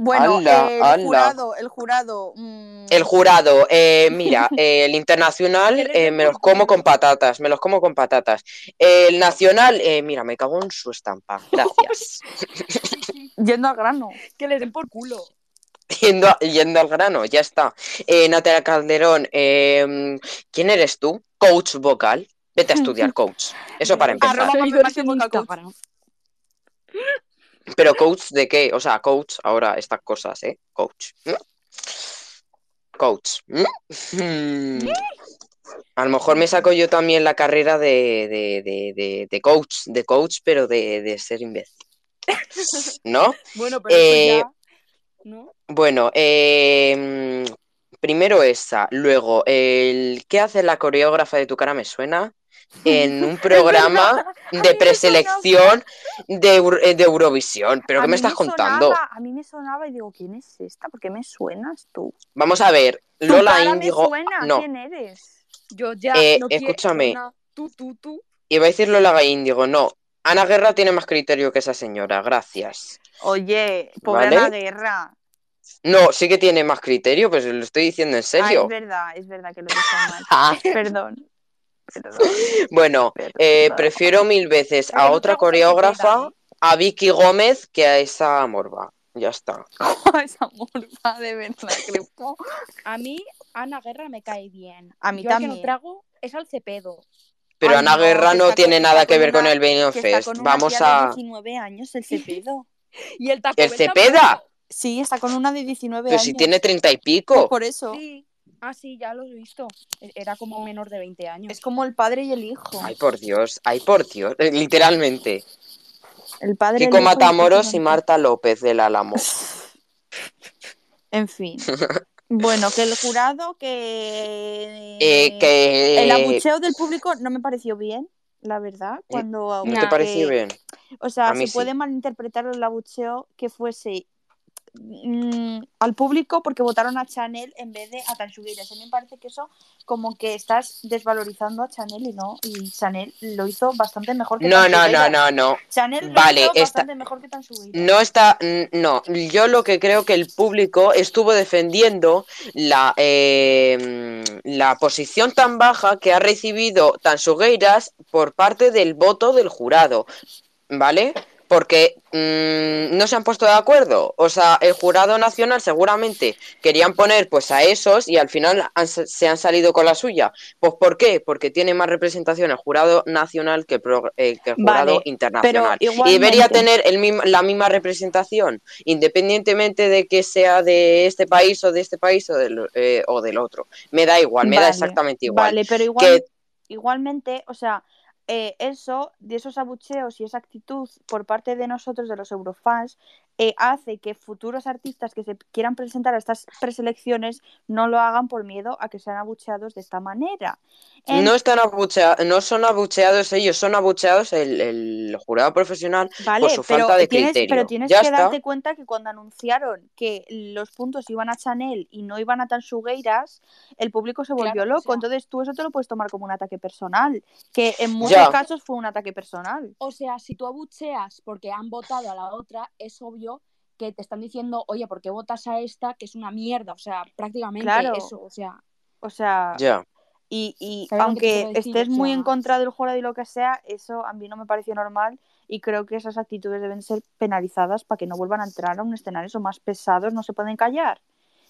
S3: Bueno,
S1: Ala,
S3: el
S1: ala.
S3: jurado, el jurado. mm,
S1: el jurado, eh, mira, eh, el internacional eh, me los como con patatas, me los como con patatas. El nacional, eh, mira, me cago en su estampa, gracias.
S3: Yendo al grano.
S2: Que le den por culo.
S1: Yendo, a- yendo al grano, ya está. Eh, Natalia Calderón, eh, ¿quién eres tú? Coach vocal. Vete a estudiar, coach. Eso para empezar.
S3: Arroba
S2: Seguidores
S3: confirmación
S2: en
S3: vocal coach.
S2: Instagram.
S1: Pero coach de qué? O sea, coach ahora estas cosas, ¿eh? Coach. ¿Mm? Coach. ¿Mm? Mm. A lo mejor me saco yo también la carrera de, de- de- de- de coach, de coach, pero de, de ser imbécil. ¿No?
S2: Bueno, pero
S1: Eh,
S2: eso ya. ¿no?
S1: Bueno, eh, primero esa, luego el ¿qué hace la coreógrafa de tu cara me suena? En un programa de preselección de, Eur- eh, de Eurovisión. ¿Pero
S3: A
S1: qué
S3: mí
S1: me estás contando?
S3: sonaba- a mí me sonaba y digo, ¿quién es esta? ¿Por qué me suenas tú?
S1: Vamos a ver,
S3: Tu
S1: Lola
S3: cara
S1: Índigo.
S3: me suena,
S1: No,
S3: ¿quién eres?
S2: Yo ya
S1: eh,
S2: no quiero
S1: escúchame.
S2: nada. Tú, tú, tú.
S1: iba a decir Lola Índigo, no. Ana Guerra tiene más criterio que esa señora, gracias.
S3: Oye, pobre
S1: ¿Vale?
S3: la guerra.
S1: No, sí que tiene más criterio, pues lo estoy diciendo en
S3: Ah, es
S1: serio.
S3: verdad, es verdad que lo he mal.
S1: Ah,
S3: Perdón. Perdón.
S1: bueno,
S3: perdón.
S1: eh, prefiero mil veces
S2: Pero
S1: a
S2: no
S1: otra
S2: trago esa
S1: coreógrafa.
S2: mierda, ¿eh?
S1: a Vicky Gómez que a esa morba. Ya está.
S3: esa morfa de verdad, Crespo.
S2: A mí Ana Guerra me cae bien.
S3: A mí
S2: Yo al que
S3: también.
S2: no trago es al Cepedo.
S1: Pero
S3: Ay,
S1: Ana
S3: no,
S1: Guerra
S3: que
S1: no
S3: está
S1: tiene
S3: con-
S1: nada
S3: está
S1: que
S3: con
S1: ver con
S3: una-
S1: el Benidorm
S3: Que está
S1: Fest.
S3: con una
S1: Vamos
S3: tía
S1: a.
S3: de 19 años, el Cepedo.
S2: Y el Taco
S1: ¿El
S2: Bell
S1: Cepeda?
S3: Sí, está con una de 19
S1: Pero
S3: años.
S1: si tiene treinta y
S3: Pues
S1: pico.
S3: por
S2: tampoco.
S3: eso.
S2: Sí. Ah, sí, ya lo he visto. E-, Era como menor de 20 años.
S3: Es como el padre y el hijo.
S1: Ay, por Dios. Ay, por Dios. Eh, Literalmente.
S3: El padre el
S1: Kiko
S3: hijo y el
S1: Matamoros y
S3: chico.
S1: Marta López del Álamo.
S3: En fin. Bueno, que el jurado que...
S1: Eh,
S3: El
S1: que.
S3: abucheo del público no me pareció bien, la verdad. Cuando...
S1: ¿No te
S2: Nah.
S1: parece
S3: que-
S1: bien?
S3: O sea,
S1: A mí sí.
S3: se puede malinterpretar el abucheo que fuese mm, al público porque votaron a Chanel en vez de a Tansugueiras. A mí me parece que eso como que estás desvalorizando a Chanel y no. Y Chanel lo hizo bastante mejor que
S1: No, no, no,
S3: Tansugueiras.
S1: no, no.
S3: Chanel lo
S1: Vale,
S3: hizo
S1: esta-
S3: bastante mejor que Tansugueiras.
S1: No está, n- no, yo lo que creo que el público estuvo defendiendo la, eh, la posición tan baja que ha recibido Tansugueiras por parte del voto del jurado, ¿vale? Porque mm, no se han puesto de acuerdo. O sea, el jurado nacional seguramente querían poner pues a esos y al final han sa- se han salido con la suya. Pues ¿por qué? Porque tiene más representación el jurado nacional que el, pro- eh, que el jurado
S3: Vale,
S1: internacional. Y
S3: igualmente-
S1: debería tener el mim- la misma representación, independientemente de que sea de este país o de este país o del, eh, o del otro. Me da igual, me da
S3: Vale,
S1: exactamente igual.
S3: Vale, pero igual,
S1: Que-
S3: igualmente, o sea, eh, eso, de esos abucheos y esa actitud por parte de nosotros, de los eurofans, eh, hace que futuros artistas que se quieran presentar a estas preselecciones no lo hagan por miedo a que sean abucheados de esta manera. En-
S1: No, están abuchea- no son abucheados ellos, son abucheados el, el jurado profesional.
S3: Vale,
S1: por su
S3: pero
S1: falta de
S3: tienes,
S1: criterio.
S3: pero tienes
S1: Ya
S3: que
S1: está.
S3: darte cuenta que cuando anunciaron que los puntos iban a Chanel y no iban a Tansugueiras, el público se volvió
S2: Claro, o
S3: loco.
S2: sea-
S3: Entonces tú eso te lo puedes tomar como un ataque personal, que en muchos
S1: Ya.
S3: casos fue un ataque personal.
S2: O sea, si tú abucheas porque han votado a la otra, es obvio que te están diciendo, oye, ¿por qué votas a esta? Que es una mierda. O sea, prácticamente
S3: Claro.
S2: eso. O sea,
S3: O sea,
S1: Ya.
S3: y, y
S2: ¿Sabes lo que te
S3: aunque
S2: quiero decir?
S3: estés
S2: O
S3: muy
S2: sea-
S3: en contra del jurado y lo que sea, eso a mí no me pareció normal y creo que esas actitudes deben ser penalizadas para que no vuelvan a entrar a un escenario o más pesados, no se pueden callar.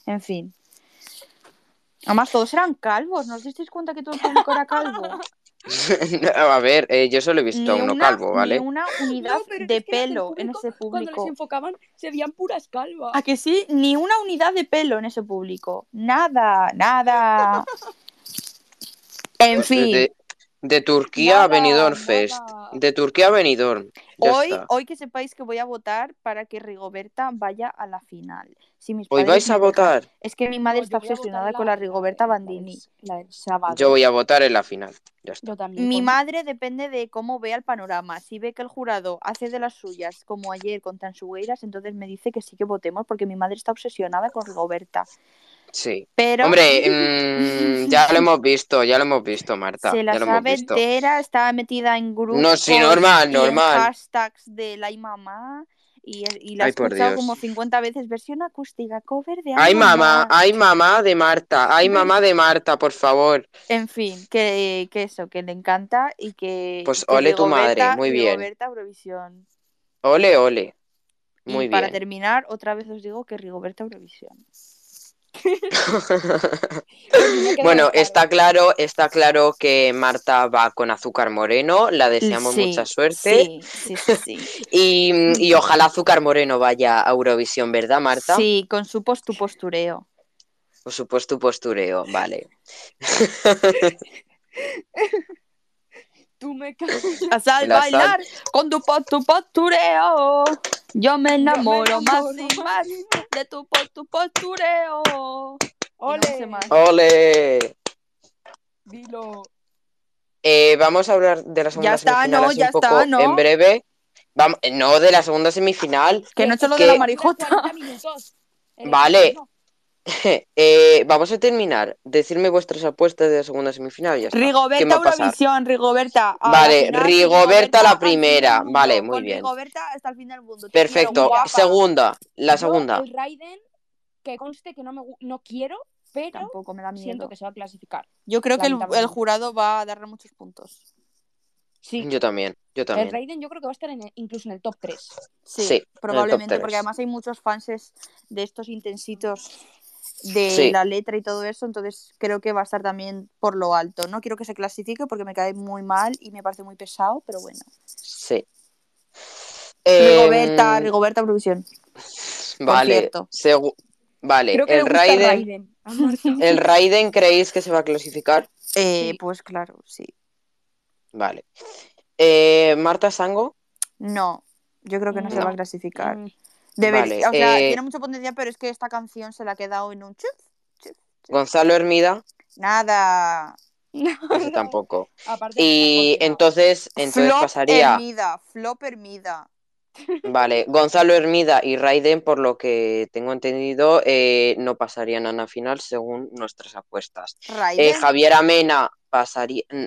S3: En fin. Además, todos eran calvos, ¿no os disteis cuenta que todo el público era calvo?
S1: a ver, eh, yo solo he visto a
S3: ni
S1: uno
S3: una,
S1: calvo, ¿vale?
S3: Ni una unidad de pelo en ese
S2: Cuando les
S3: público.
S2: enfocaban, se veían puras calvas.
S3: ¿A que sí? Ni una unidad de pelo en ese público. Nada, nada. En
S1: Pues
S3: fin.
S1: De, de Turquía a
S2: Nada, Pues
S1: Benidorm Fest.
S2: nada.
S1: De Turquía a Benidorm. Ya
S3: Hoy,
S1: está.
S3: hoy que sepáis que voy a votar para que Rigoberta vaya a la final. Si mis
S1: Hoy vais
S3: padres me
S1: a
S3: dejan.
S1: votar.
S3: Es que mi madre
S2: No, yo
S3: está
S2: voy a
S3: obsesionada
S2: votar pues,
S3: con la Rigoberta Bandini.
S2: La del sábado.
S1: Yo voy a votar en la final. Ya está.
S2: Yo también.
S3: Mi
S2: con-
S3: madre depende de cómo vea el panorama. Si ve que el jurado hace de las suyas, como ayer con Tansugueiras, entonces me dice que sí que votemos porque mi madre está obsesionada con Rigoberta.
S1: Sí.
S3: Pero
S1: Hombre, mm, ya lo hemos visto, ya lo hemos visto, Marta.
S3: se la
S1: ya lo hemos
S3: sabe
S1: visto.
S3: entera, está metida en grupos
S1: No, sí, normal,
S3: y
S1: normal.
S3: en hashtags de la mamá y, y la he
S1: Ay, por
S3: escuchado
S1: Dios.
S3: como 50 veces versión acústica, cover de
S1: Ay,
S3: Ay,
S1: mamá, ay, mamá de Marta, ay, mamá de Marta, por favor.
S3: En fin, que, que eso, que le encanta y que
S1: Pues
S3: que
S1: ole tu madre,
S3: Rigoberta-
S1: muy bien.
S3: Rigoberta Eurovisión.
S1: Ole, ole.
S3: Y
S1: Muy
S3: para
S1: bien.
S3: terminar, otra vez os digo que Rigoberta Eurovisión.
S2: Me quedo
S1: bueno,
S2: con Carlos.
S1: está claro, está claro que Marta va con azúcar moreno, la deseamos
S3: Sí,
S1: mucha suerte.
S3: Sí, sí, sí. sí.
S1: Y, y ojalá azúcar moreno vaya a Eurovisión, ¿verdad, Marta?
S3: Sí, con su postu postureo.
S1: Por supuesto, tu postureo, vale.
S2: Tú me cagas.
S3: Al
S1: El azar.
S3: bailar con tu, po- tu postureo, yo me enamoro,
S2: enamoro
S3: más y más de tu, po- tu postureo.
S2: Ole.
S3: no sé más.
S1: Ole.
S2: Dilo.
S1: Eh, vamos a hablar de la segunda
S3: Ya está,
S1: semifinal
S3: ¿no?
S1: así
S3: Ya
S1: un poco
S3: está, ¿no?
S1: en breve. Vamos, no de la segunda semifinal.
S3: Que no es solo
S1: que-
S3: de la marijota.
S2: 40 minutos. Eres
S1: Vale.
S2: bueno.
S1: Eh, vamos a terminar. Decirme vuestras apuestas de la segunda semifinal y ya está. ¿Qué me
S3: Rigoberta
S1: va a pasar?
S3: Eurovisión, Rigoberta. a
S1: Vale,
S3: la final,
S1: Rigoberta la
S3: al fin del
S1: primera.
S3: mundo,
S1: Vale, muy
S3: con
S1: bien.
S3: Rigoberta hasta el fin del mundo. Te quiero,
S1: Perfecto.
S3: guapa.
S1: Segunda, la
S2: Yo,
S1: segunda.
S2: el Raiden, que conste que no, me, gu- no quiero, pero
S3: Tampoco me da miedo.
S2: siento que se va a clasificar.
S3: Yo creo que el,
S2: Lamentablemente.
S3: el jurado va a darle muchos puntos.
S2: Sí,
S1: Yo también, yo
S2: el
S1: también.
S2: Raiden yo creo que va a estar en el- incluso en el top 3.
S1: Sí,
S3: Sí,
S1: en el top
S3: probablemente,
S1: tres.
S3: porque además hay muchos fanses de estos intensitos de
S1: Sí.
S3: la letra y todo eso, entonces creo que va a estar también por lo alto. No quiero que se clasifique porque me cae muy mal y me parece muy pesado, pero bueno.
S1: Sí. Eh,
S3: Rigoberta, Rigoberta Provisión.
S1: Vale,
S3: cierto.
S1: segu- vale.
S2: Creo que
S1: El
S2: le gusta
S1: Raiden,
S2: Raiden. a Marta.
S1: el Raiden, ¿creéis que se va a clasificar?
S3: Eh,
S2: Sí.
S3: Pues claro, sí.
S1: Vale. Eh, Marta Sango.
S3: No, yo creo que no, se
S2: No.
S3: va a clasificar.
S2: Mm,
S3: Deber-
S1: Vale,
S3: o sea,
S1: eh,
S3: tiene mucho potencial, pero es que esta canción se la ha quedado en un chuf.
S1: Gonzalo Hermida.
S3: Nada.
S1: Ese tampoco.
S2: Aparte
S1: Y
S2: que está condenado.
S1: entonces, entonces
S3: flop
S1: pasaría.
S3: Hermida, flop Hermida.
S1: Vale, Gonzalo Hermida y Raiden, por lo que tengo entendido, eh, no pasarían a la final según nuestras apuestas.
S3: Raiden.
S1: Eh, Javier Amena pasaría. mm,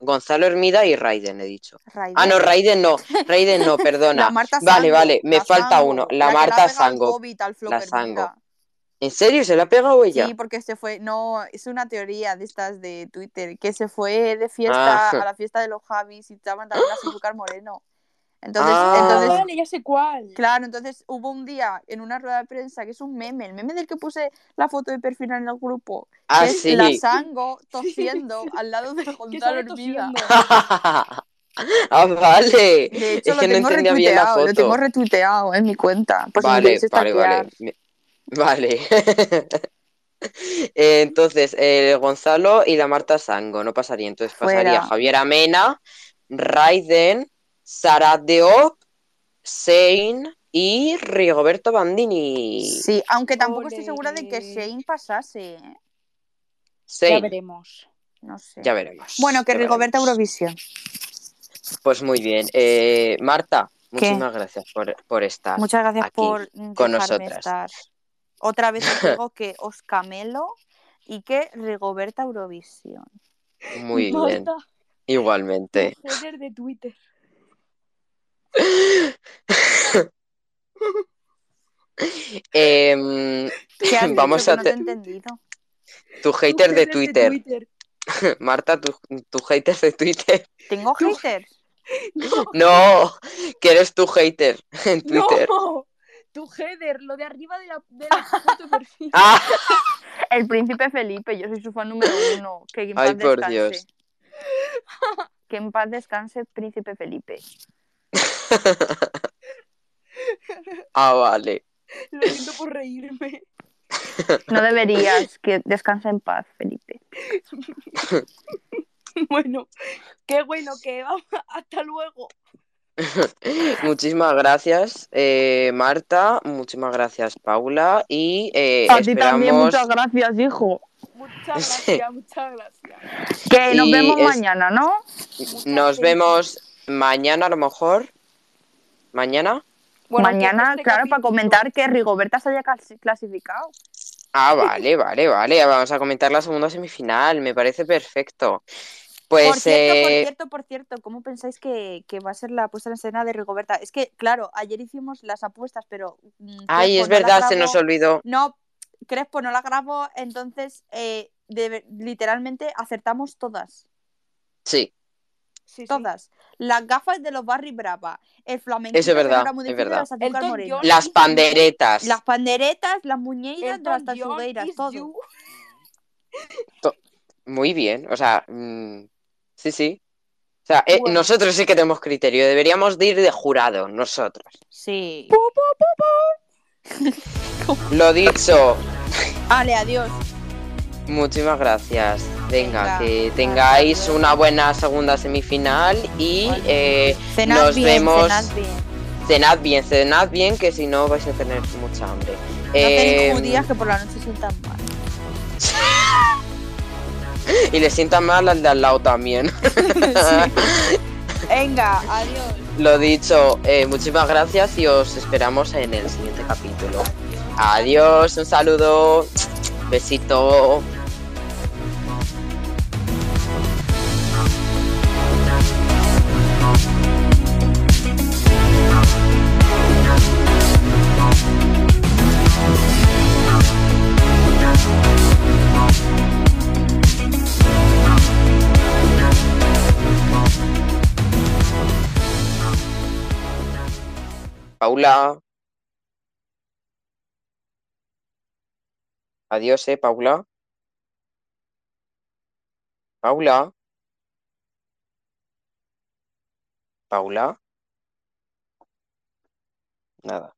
S1: Gonzalo Hermida y Raiden, he dicho.
S3: Raiden.
S1: Ah, no, Raiden no. Raiden no, perdona.
S3: La Marta
S1: vale,
S3: Sango,
S1: vale, me
S3: la
S1: falta
S3: Sango,
S1: uno. La,
S3: que le ha
S1: Marta
S3: pegado el
S1: Sango.
S3: COVID al Flop
S1: La
S3: Hermida.
S1: Sango. ¿En serio? ¿Se la ha pegado ella?
S3: Sí, porque se fue, no, es una teoría de estas de Twitter, que se fue de
S1: Ah.
S3: fiesta a la fiesta de los Javis y estaban también a azúcar moreno. Entonces,
S1: Ah.
S3: entonces,
S2: Vale, ya sé cuál.
S3: claro, entonces hubo un día en una rueda de prensa que es un meme, el meme del que puse la foto de perfil en el grupo, que
S1: Ah,
S3: es
S1: sí.
S3: la Sango tosiendo al lado de
S2: Que
S3: Gonzalo
S2: sale
S3: Hermida.
S2: tosiendo.
S1: ah, vale.
S3: De hecho,
S1: es
S3: lo
S1: que no
S3: tengo
S1: entendía bien la
S3: retuiteado,
S1: foto.
S3: lo tengo retuiteado en mi cuenta. Por si me
S1: vale,
S3: queréis
S1: vale,
S3: stalkear.
S1: vale. Me- Vale. Eh, entonces, eh, Gonzalo y la Marta Sango, no pasaría. Entonces
S3: Fuera.
S1: pasaría Javier Amena, Raiden, Sara Deop, Sein y Rigoberto Bandini.
S3: Sí, aunque tampoco estoy
S2: Ole.
S3: segura de que Shane pasase, ¿eh?
S1: Sí,
S2: Ya veremos.
S3: no sé.
S1: ya veremos.
S3: Bueno, que
S1: Ya
S3: Rigoberta
S1: veremos.
S3: Eurovisión.
S1: Pues muy bien. Eh, Marta,
S3: ¿Qué?
S1: muchísimas gracias por, por estar.
S3: Muchas gracias
S1: aquí
S3: por
S1: con
S3: dejarme
S1: nosotras.
S3: estar. Otra vez os digo que os camelo y que Rigoberta Eurovisión.
S1: Muy bien. Igualmente.
S2: Joder de Twitter.
S1: Em,
S3: ¿Qué has
S1: Vamos
S3: dicho
S1: a
S3: que
S1: te-
S3: no te he entendido?
S1: tu hater de Twitter. Marta, tu, tu hater de Twitter.
S3: ¿Tengo haters?
S1: No, que eres tu hater en Twitter.
S2: No, tu header, lo de arriba de la, de la foto de perfil.
S1: Ah,
S3: El príncipe Felipe, yo soy su fan número uno. Que en
S1: Ay,
S3: paz
S1: por
S3: descanse.
S1: Dios.
S3: Que en paz descanse príncipe Felipe.
S1: ah, vale.
S2: Lo siento por reírme.
S3: No deberías, que descanse en paz, Felipe.
S2: Bueno, qué bueno que va. Hasta luego.
S1: Muchísimas gracias, eh, Marta. Muchísimas gracias, Paula. Y eh, esperamos.
S3: gracias, hijo.
S2: Muchas
S1: Sí.
S2: gracias, muchas gracias.
S3: Que nos
S1: Y
S3: vemos
S1: es-
S3: mañana, ¿no?
S1: Nos vemos mañana, a lo mejor. ¿Mañana?
S3: mañana,
S2: este
S3: claro, para
S2: capítulo-
S3: comentar que Rigoberta se haya clas- clasificado.
S1: Ah, vale, vale, vale. Vamos a comentar la segunda semifinal. Me parece perfecto. Pues.
S3: por cierto, por
S1: eh,
S3: cierto, por cierto, ¿cómo pensáis que, que va a ser la puesta en escena de Rigoberta? Es que, claro, ayer hicimos las apuestas, pero. mm,
S1: Ay,
S3: Crespo
S1: es
S3: no la
S1: verdad, se nos
S3: grabó.
S1: olvidó.
S3: No, Crespo no la grabó, entonces eh, de- literalmente acertamos todas.
S1: Sí,
S2: Sí, sí.
S3: Todas. Las gafas de los Barry Brava, el flamenco.
S1: Eso es verdad,
S3: era muy
S1: es
S3: difícil,
S1: verdad.
S3: las azúcar
S2: Elton
S3: moreno.
S2: John.
S1: las panderetas.
S3: Las panderetas, las muñeiras,
S2: Elton
S3: las
S2: John
S3: tachugueiras,
S2: is
S3: todo.
S2: you.
S1: Muy bien, o sea, mm, sí, sí. O sea, eh,
S2: Bueno.
S1: nosotros sí que tenemos criterio, deberíamos de ir de jurado, nosotros.
S3: Sí.
S1: Lo dicho,
S3: Ale, adiós.
S1: muchísimas gracias. Venga,
S3: Venga,
S1: que tengáis una buena segunda semifinal y
S3: Vale.
S1: eh,
S3: Cenad
S1: Nos
S3: bien,
S1: vemos.
S3: cenad bien.
S1: cenad bien, cenad bien, que si no vais a tener mucha hambre.
S3: No tenéis
S1: Eh,
S3: judías que por la noche sientan mal.
S1: y le sientan mal al de al lado también.
S3: Venga, adiós.
S1: Lo dicho, eh, muchísimas gracias y os esperamos en el siguiente capítulo. Adiós, un saludo, besito. Paula. Adiós, eh, Paula. Paula. Paula. Nada.